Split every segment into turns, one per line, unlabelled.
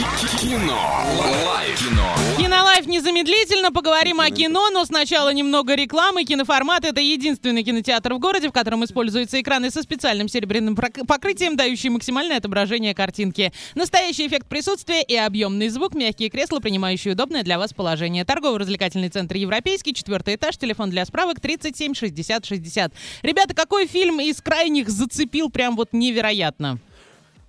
Кино. Лайф. Кино.
Кинолайф незамедлительно. Поговорим о кино, но сначала немного рекламы. Киноформат — это единственный кинотеатр в городе, в котором используются экраны со специальным серебряным прок- покрытием, дающие максимальное отображение картинки. Настоящий эффект присутствия и объемный звук, мягкие кресла, принимающие удобное для вас положение. Торгово-развлекательный центр «Европейский», четвертый этаж, телефон для справок 37 60 60. Ребята, какой фильм из крайних зацепил прям вот невероятно?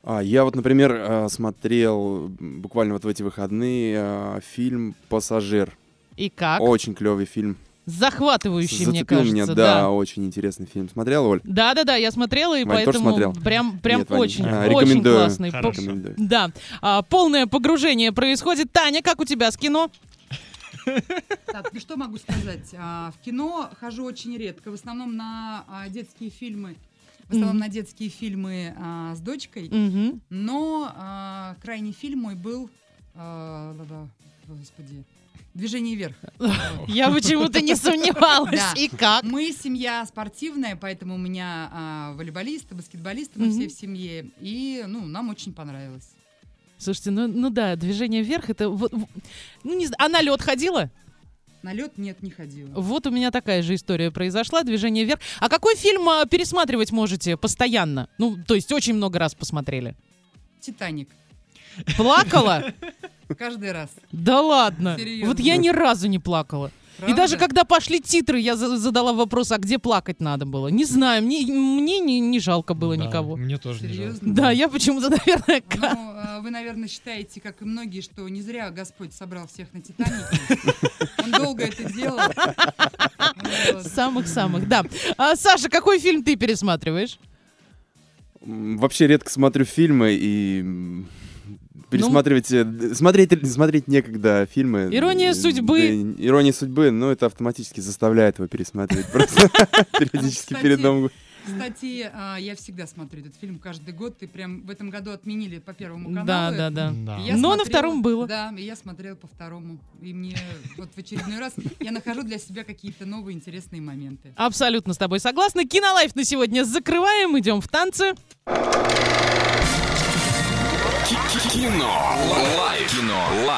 А, я вот, например, э, смотрел м, буквально вот в эти выходные э, фильм «Пассажир».
И как?
Очень клевый фильм.
Захватывающий,
Зацепил
мне кажется.
меня, да, очень интересный фильм. Смотрел, Оль?
Да, да, да, я смотрела, и
Вань, тоже
поэтому
смотрел?
прям, прям
Нет, Вань,
очень,
а,
очень
рекомендую.
классный. По-
Хорошо.
Рекомендую.
Да, А, полное погружение происходит. Таня, как у тебя с кино?
Так, ну что могу сказать? А, В кино хожу очень редко, в основном на а, детские фильмы. В основном
Мгм.
на детские фильмы а, с дочкой.
Мгм.
Но а, крайний фильм мой был... а, да-да, господи. «Движение вверх».
Я почему-то не сомневалась.
Да.
И как?
Мы семья спортивная, поэтому у меня а, волейболисты, баскетболисты, мы
Мгм.
все в семье. И, ну, нам очень понравилось.
Слушайте, ну, ну да, движение вверх, это... вот- в- Ну, не знаю, а на лед ходила?
На лед нет, не ходила.
Вот у меня такая же история произошла, движение вверх. А какой фильм а, пересматривать можете постоянно? Ну, то есть очень много раз посмотрели.
«Титаник».
Плакала?
Каждый раз.
Да ладно.
Серьезно.
Вот я ни разу не плакала. И
Правда?
даже когда пошли титры, я за- задала вопрос, а где плакать надо было? Не знаю, мне, мне не, не жалко было
Да,
никого.
Мне тоже не жалко.
Серьезно?
Да, я почему-то, наверное,
Ну,
ка-
а, вы, наверное, считаете, как и многие, что не зря Господь собрал всех на Титанике. Он долго это делал. Вот.
самых-самых, да. А, Саша, какой фильм ты пересматриваешь?
М, Вообще редко смотрю фильмы и м, пересматривать, э, д- смотреть, смотреть некогда фильмы.
Ирония
Э,
судьбы.
да и- ирония судьбы, но это автоматически заставляет его пересматривать просто периодически
Кстати,
перед Новым годом.
Кстати, а, я всегда смотрю этот фильм каждый год. Ты прям в этом году отменили по первому каналу.
Да, да, да.
Да.
И я
Но на
смотрела-
втором было.
Да, и я смотрела по второму. И мне вот в очередной раз я нахожу для себя какие-то новые интересные моменты.
Абсолютно с тобой согласна. Кинолайф на сегодня закрываем, идем в танцы.
Кино. Лайф. Кино. Лайф.